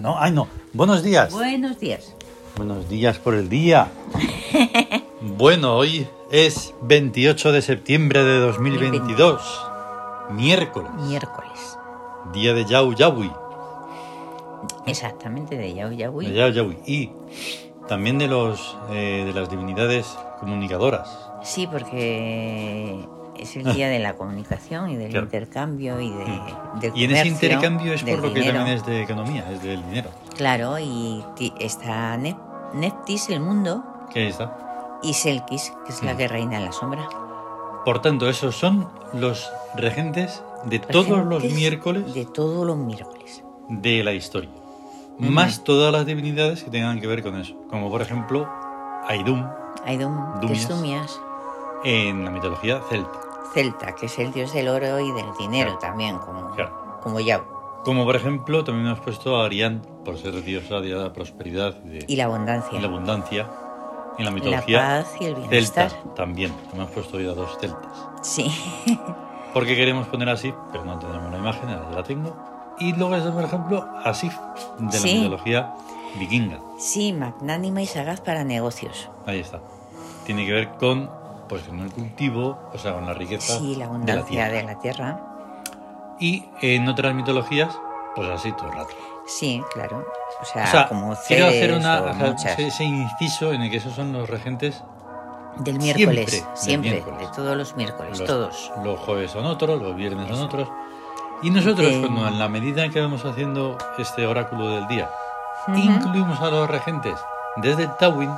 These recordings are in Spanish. ¿no? Ay, no. Buenos días. Buenos días. Buenos días por el día. bueno, hoy es 28 de septiembre de 2022, miércoles, Miércoles. día de Yau Yahui. Exactamente, de Yau Yahui. de Yau Yahui. Y también de, los, eh, de las divinidades comunicadoras. Sí, porque es el día de la comunicación y del Ah. Claro. Mm. intercambio y de, del Y en ese comercio, intercambio es del por lo que dinero. también es de economía, es del dinero. Claro, y ti- está Ne- Neftis, el mundo, ¿Qué está? y Selkis, que es Mm. la que reina en la sombra. Por tanto, esos son los regentes de todos los Regentes miércoles De todos los miércoles. de la historia. Más todas las divinidades que tengan que ver con eso. Como por ejemplo Aidum Hay dom- de Dumias. Sumias, en la mitología celta. Celta, que es el dios del oro y del Claro. dinero también, como, Claro. como Yau. Como por ejemplo también hemos puesto a Arián por ser diosa de la prosperidad y de- Y la abundancia. y la abundancia en la La mitología paz y el celta bienestar. también. Hemos puesto hoy a dos celtas. Sí. Porque queremos poner así, pero no tenemos la imagen, ahora la tengo. Y luego está, por ejemplo, Asif, de la Sí. mitología vikinga. Sí, magnánima y sagaz para negocios. Ahí está. Tiene que ver con, pues, con el cultivo, o sea, con la riqueza Sí, la de la abundancia tierra. de la tierra. Y en otras mitologías, pues así todo el rato. Sí, claro. O sea, o sea, Ah, como quiero hacer Ceres una, o o sea, muchas. ese, ese inciso en el que esos son los regentes, Del siempre miércoles, del siempre, miércoles. de todos los miércoles, los, Pues todos. los jueves son otros, los viernes son otros. Y nosotros, De- cuando en la medida en que vamos haciendo este oráculo del día, incluimos a los regentes desde el Tawin,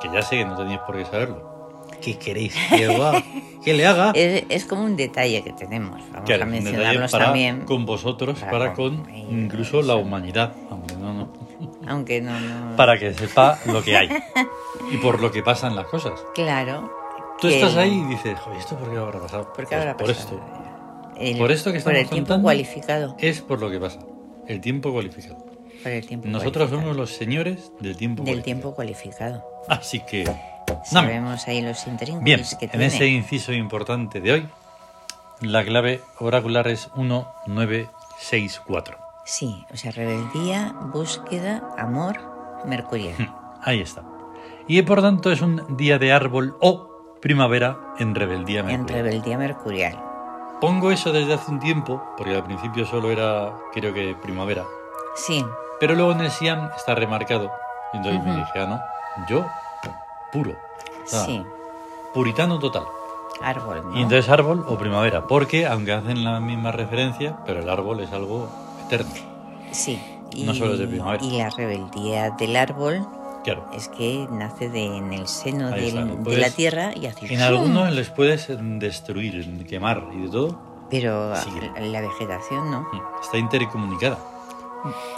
que ya sé que no tenéis por qué saberlo. ¿Qué queréis que, haga? ¿Que le haga? Es, es como un detalle que tenemos. Vamos Claro, a un detalle mencionarlos para también, con vosotros, Para para con- con incluso la humanidad, aunque no, no, aunque no, no- para que sepa lo que hay y por lo que pasan las cosas. Claro. Tú que- estás ahí y dices, "Joder, ¿esto por qué habrá pasado? ¿Por qué Pues habrá por pasado? esto. El- Por esto que Por el estamos tiempo contando. cualificado. Es por lo que pasa. El tiempo cualificado. Por el tiempo Nosotros cualificado. somos los señores del tiempo Del cualificado. tiempo cualificado. Así que, nada. Sabemos ahí los intrínculos Bien, que en tiene. ese inciso importante de hoy, la clave oracular es 1964. Sí, o sea, rebeldía, búsqueda, amor, mercurial. Mm, Ahí está. Y por tanto es un día de árbol o primavera en rebeldía. en mercurial. rebeldía mercurial. Pongo eso desde hace un tiempo, porque al principio solo era, creo que, primavera. Sí, Pero luego en el Siam está remarcado. Y entonces me dije, ah, no, yo puro. O sea, sí. Puritano total. Árbol, ¿no? Ah. Y entonces árbol o primavera, porque aunque hacen la misma referencia, pero el árbol es algo eterno. sí. no solo es de primavera. Y la rebeldía del árbol Claro. es que nace de- en el seno Ahí del- está, de puedes- la tierra y hace... En algunos les puedes destruir, quemar y de todo. Pero Sí. la vegetación no. Está intercomunicada.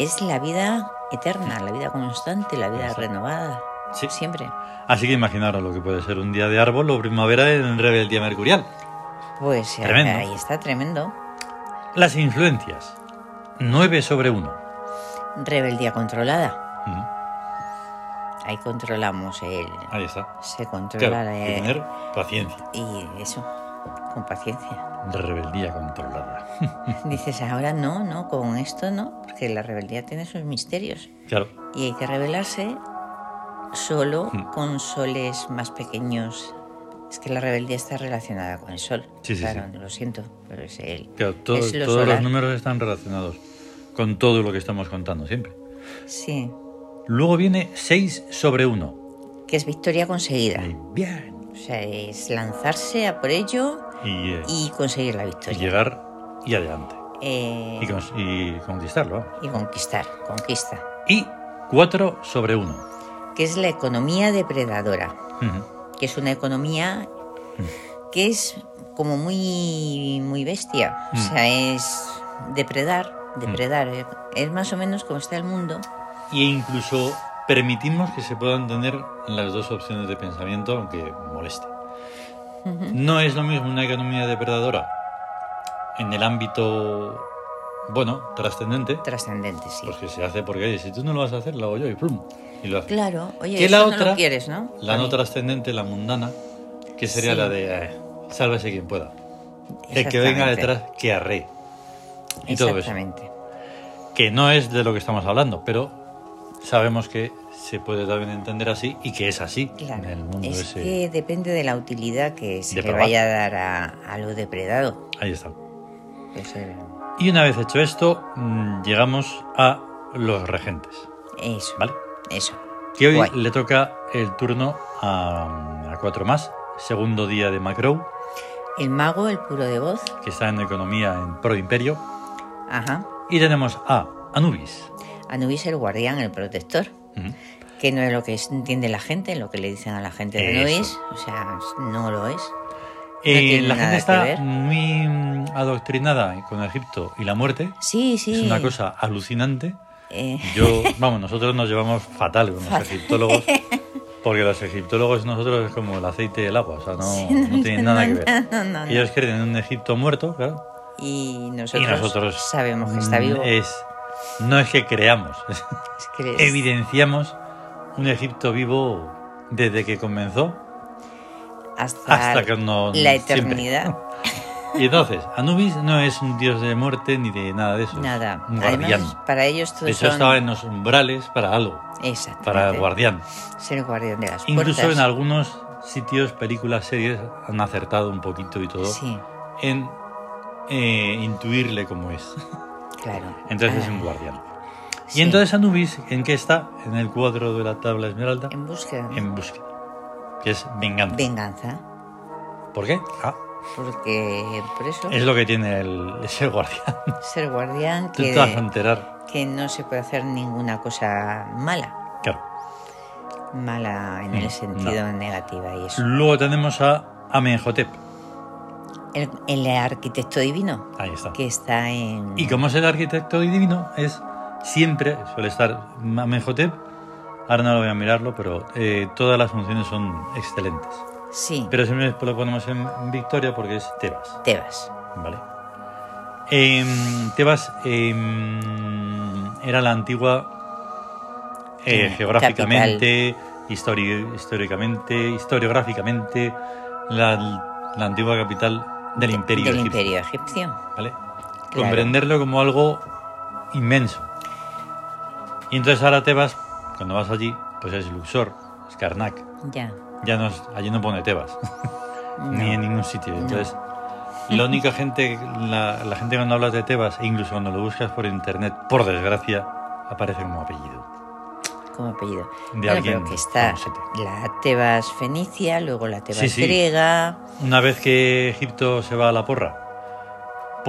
Es la vida eterna, la vida constante, la vida Exacto. renovada. Sí. Siempre. Así que imaginaros lo que puede ser un día de árbol o primavera en rebeldía mercurial. Pues Tremendo. ahí está, tremendo. Las influencias. 9 sobre 1. Rebeldía controlada. Ahí controlamos el... Ahí está. Se controla Claro, hay la- que tener paciencia. Y eso, con paciencia. Rebeldía controlada. Dices, ahora no, no, con esto no, porque la rebeldía tiene sus misterios. Claro. Y hay que rebelarse solo con soles más pequeños. Es que la rebeldía está relacionada con el sol. Sí, sí, claro, lo siento, pero es el... Claro, todo- es lo todos solar. los números están relacionados con todo lo que estamos contando siempre. Sí, Luego viene 6 sobre 1. que es victoria conseguida. Bien. O sea, es lanzarse a por ello Y, eh, y conseguir la y victoria. llegar y adelante. Eh, Y, cons- y conquistarlo. vamos. y conquistar, conquista. Y 4 sobre 1. Que es la economía depredadora. que es una economía que es como muy, muy bestia. Mm. O sea, es depredar, depredar. eh. Mm. Es más o menos como está el mundo. Y E incluso permitimos que se puedan tener las dos opciones de pensamiento, aunque moleste. No es lo mismo una economía depredadora en el ámbito, bueno, trascendente, Trascendente, sí. pues que se hace porque, oye, si tú no lo vas a hacer, lo hago yo y plum, y lo hace. Claro, oye, Que eso la no otra- lo quieres, ¿no? La A mí. no trascendente, la mundana, que sería Sí. la de eh, sálvese quien pueda. El que Exactamente. venga detrás, que arre. Y todo eso. Exactamente. que no es de lo que estamos hablando, pero sabemos que se puede también entender así y que es así Claro, en el mundo es ese. que depende de la utilidad que De se le probar. vaya a dar a, a lo depredado. Ahí está. Eso es- Y una vez hecho esto, mm, llegamos a los regentes, eso. ¿vale? eso. Que hoy Guay. le toca el turno a, a cuatro más, segundo día de Macro, El mago, el puro de voz. que está en economía en Pro Imperio, Ajá. y tenemos a Anubis. Eh, Anubis, el guardián, el protector. Ujú. Que no es lo que es- entiende la gente, lo que le dicen a la gente de Eso. Anubis. O sea, no lo es. Eh, tiene la nada gente que está ver. muy mm, adoctrinada con Egipto y la muerte. Sí, sí. Es una cosa alucinante. Eh, Yo, vamos, nosotros nos llevamos fatal con los Fatal. egiptólogos. Porque los egiptólogos nosotros es como el aceite y el agua, o sea, no, Sí, no tienen nada que ver. no, no, no. Ellos creen en un Egipto muerto, claro. Y nosotros, y nosotros sabemos que está mm, vivo. Es, no es que creamos, es- Es que es- evidenciamos un Egipto vivo desde que comenzó hasta, hasta que no la siempre. eternidad. Y entonces, Anubis no es un dios de muerte ni de nada de eso. es Nada. Un guardián. Además, para ellos todos de hecho, son... estaba en los umbrales para algo, Exactamente. para el guardián. Ser el guardián de las Incluso puertas. en algunos sitios, películas, series han acertado un poquito y todo Sí, en eh, intuirle cómo es. claro. Entonces es Ah, un guardián. sí. Y entonces Anubis, ¿en qué está? En el cuadro de la tabla esmeralda, En búsqueda de en búsqueda, que es venganza. venganza. ¿Por qué? Ah, Porque por eso, es lo que tiene el, ese guardián. ser guardián Tú que, te vas a enterar. que no se puede hacer ninguna cosa mala. Claro. Mala en Mm, el sentido negativa y eso. Luego tenemos a Amenhotep. El, el arquitecto divino Ahí está. que está en... Y como es el arquitecto y divino, es siempre, suele estar Amenhotep, ahora no lo voy a mirarlo, pero eh, todas las funciones son excelentes. Sí, Pero siempre lo ponemos en Victoria porque es Tebas, Tebas. ¿vale? Em, Tebas em, era la antigua eh, Sí, geográficamente, histori- históricamente, historiográficamente, la, la antigua capital del imperio Del egipcio, imperio egipcio. ¿vale? comprenderlo como algo inmenso. Y entonces ahora Tebas, cuando vas allí, pues es Luxor, es Karnak. Ya. Ya no es- allí no pone Tebas, ni en ningún sitio. Entonces, la única gente, la, la gente cuando hablas de Tebas, e incluso cuando lo buscas por internet, por desgracia, aparece como apellido. como apellido. De Bueno, alguien pero que está famosete. la Tebas fenicia, luego la Tebas Sí, sí. griega. Una vez que Egipto se va a la porra,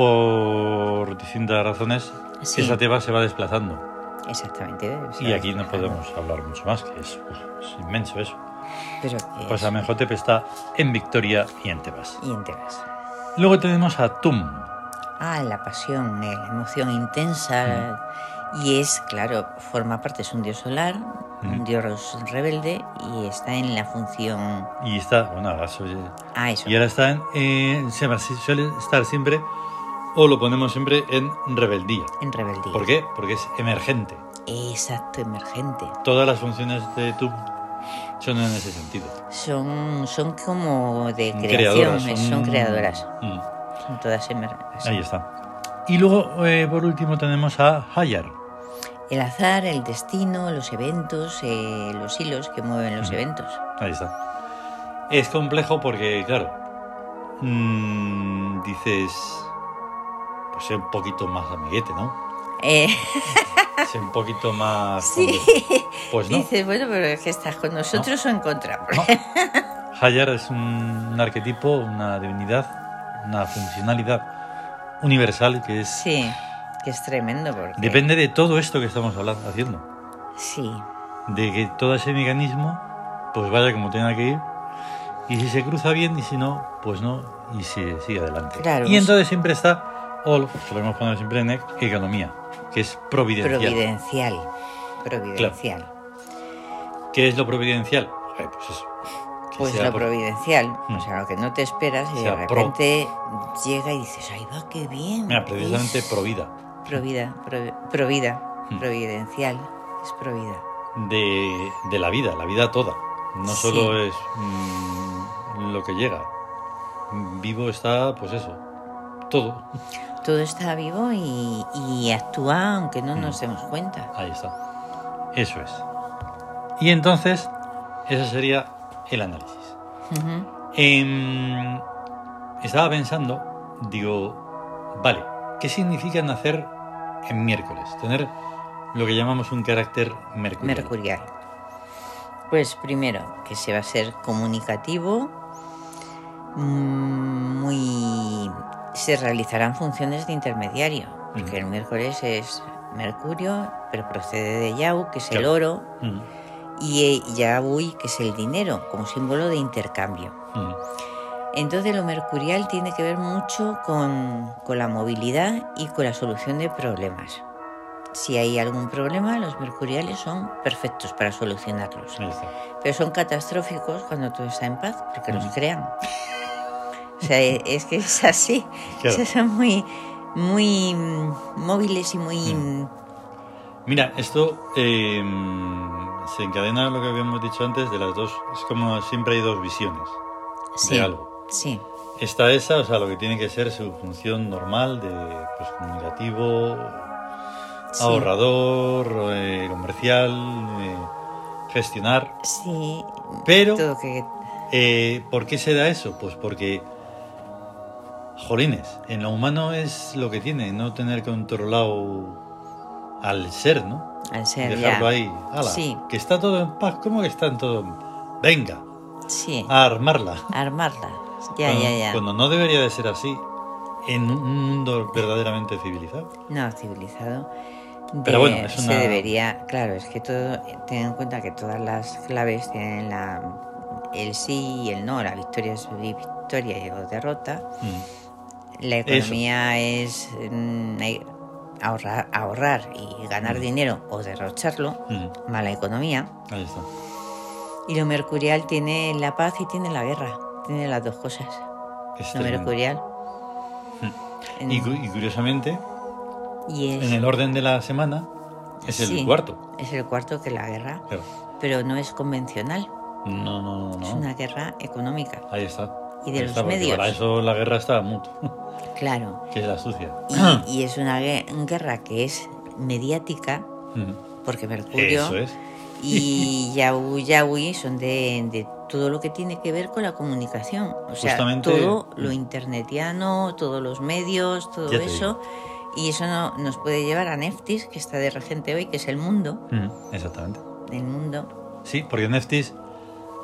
por distintas razones, Sí. esa Tebas se va desplazando. Exactamente. o sea, Y aquí no ajá. podemos hablar mucho más, que es, uf, es inmenso eso. Pero que Pues es- Amenhotep está en Victoria y en Tebas. Y en Tebas. Luego tenemos a Tum. Ah, la pasión, eh, la emoción intensa. Y es, claro, forma parte, es un dios solar, un Mm. dios rebelde y está en la función. Y está, bueno, ahora soy- Ah, eso. y ahora está en, eh, se llama- se suele estar siempre, o lo ponemos siempre en rebeldía. En rebeldía. ¿Por qué? Porque es emergente. Exacto, emergente. Todas las funciones de Tum son en ese sentido. Son, son como de creación, Creadoras, eh, son- son creadoras. Mm, Son todas emergentes. ahí está. Y luego, eh, por último, tenemos a Hayar. El azar, el destino, los eventos, eh, los hilos que mueven los eventos. Ahí está. Es complejo porque, claro, mm, dices, pues sé un poquito más amiguete, ¿no? Eh, Sé un poquito más... sí, hombre. Pues no. dices, bueno, pero es que estás con nosotros o en contra. No. Hayar es un, un arquetipo, una divinidad, una funcionalidad universal que es... Sí, que es tremendo porque... Depende de todo esto que estamos hablando, haciendo. Sí, De que todo ese mecanismo, pues vaya como tenga que ir. Y si se cruza bien y si no, pues no. Y se sigue adelante. Claro, y pues- entonces siempre está, o solemos poner siempre en economía, que es providencial. providencial. Providencial. ¿Qué es lo providencial? Joder, pues eso. Que Pues sea lo por- providencial, Mm. o sea, lo que no te esperas y Sea de pro. repente llega y dices, ahí va, qué bien. Mira, precisamente es provida. Provida, provi- provida, Mm. providencial, es provida. De, de la vida, la vida toda. No Sí. solo es mm, lo que llega. Vivo está, pues eso. Todo. Todo está vivo y, y actúa aunque Mm. no nos demos cuenta. Ahí está. Eso es. Y entonces, ese sería el análisis. Ujú, Em, estaba pensando, digo, vale, ¿qué significa nacer en miércoles? Tener lo que llamamos un carácter mercurial. Mercurial. Pues primero, que se va a ser comunicativo, mm, muy... Se realizarán funciones de intermediario, porque Ujú. el miércoles es Mercurio, pero procede de Yau, que es el Claro. oro, Ujú, y eh, Yahweh, que es el dinero, como símbolo de intercambio. ujú, Entonces lo mercurial tiene que ver mucho con, con la movilidad y con la solución de problemas. Si hay algún problema, los mercuriales son perfectos para solucionarlos. ahí está. Pero son catastróficos cuando todo está en paz, porque los Ujú. crean. O sea, e- es que es así. Claro. O sea, son muy, muy mm, móviles y muy... mm, Mira, esto em, se encadena a lo que habíamos dicho antes de las dos. Es como siempre hay dos visiones Sí, de algo. sí, Está esa, o sea, lo que tiene que ser su función normal de pues, comunicativo, sí. ahorrador, eh, comercial, eh, gestionar. Sí, Pero, todo que... eh, ¿por qué se da eso? Pues porque, jolines, en lo humano es lo que tiene, no tener controlado al ser, ¿no? Al ser Dejarlo ya- ahí, ala, Sí, que está todo en paz, ¿cómo que está en todo? en paz? Venga, sí. a armarla. Armarla. Ya, cuando, ya, ya. cuando no debería de ser así en un mundo verdaderamente civilizado. No, civilizado. Pero De- bueno, es una- Se debería, claro, es que todo, ten en cuenta que todas las claves tienen la, el sí y el no, la victoria es vi- victoria y o derrota. Mm, La economía es mm, hay- ahorrar, ahorrar y ganar Mm. dinero o derrocharlo, mm, mala economía. ahí está. Y lo mercurial tiene la paz y tiene la guerra, tiene las dos cosas. Es Lo tremendo. mercurial. En- Hmm. Y, cu- y curiosamente, y es, en el orden de la semana es el Sí. cuarto. es el cuarto que la guerra, Claro. pero no es convencional. No, no, no. Es una guerra económica. Ahí está. Y de Ahí los está, porque medios. Para eso la guerra está mucho, Claro. que es la sucia. Y, y es una gue- guerra que es mediática, porque Mercurio Mm, Eso es. y Yahoo Yahweh son de, de todo lo que tiene que ver con la comunicación. O sea, Justamente- mm. todo lo internetiano, todos los medios, todo Ya te eso. Y eso no- nos puede llevar a Neftis, que está de regente hoy, que es el mundo. Ujú, Mm, Exactamente. El mundo. Sí, porque Neftis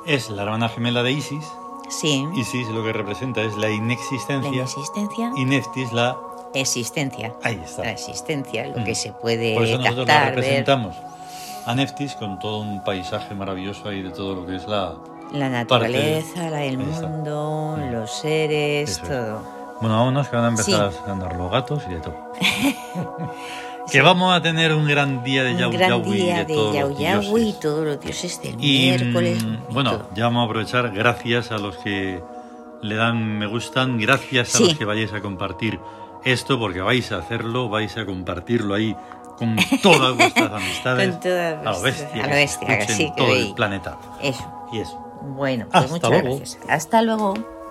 es la hermana gemela de Isis. Sí. Isis lo que representa es la La inexistencia. inexistencia. Y Neftis la... Existencia. Ahí está. La existencia, lo Mm. que se puede Por eso nosotros la captar, ver. representamos. A Neftis con todo un paisaje maravilloso ahí de todo lo que es la... La Parte de- naturaleza, la del Ahí está. mundo, Mm. los seres, Eso es. todo. Bueno, vámonos que van a empezar Sí. a andar los gatos y de todo. que vamos a tener un gran día de Un Yau gran Yaui y día de de todos Yau los Yau y dioses. todos los dioses del Y, miércoles. mm, y bueno, todo. ya vamos a aprovechar. Gracias a los que le dan me gustan, gracias a Sí. los que vayáis a compartir esto, porque vais a hacerlo, vais a compartirlo ahí con todas vuestras amistades. Con todas a lo vuestras- bestia, a que lo se bestia, que escuchen sí, que todo hoy- el planeta. Eso. Y eso. Bueno, pues Hasta muchas luego. gracias. Hasta luego.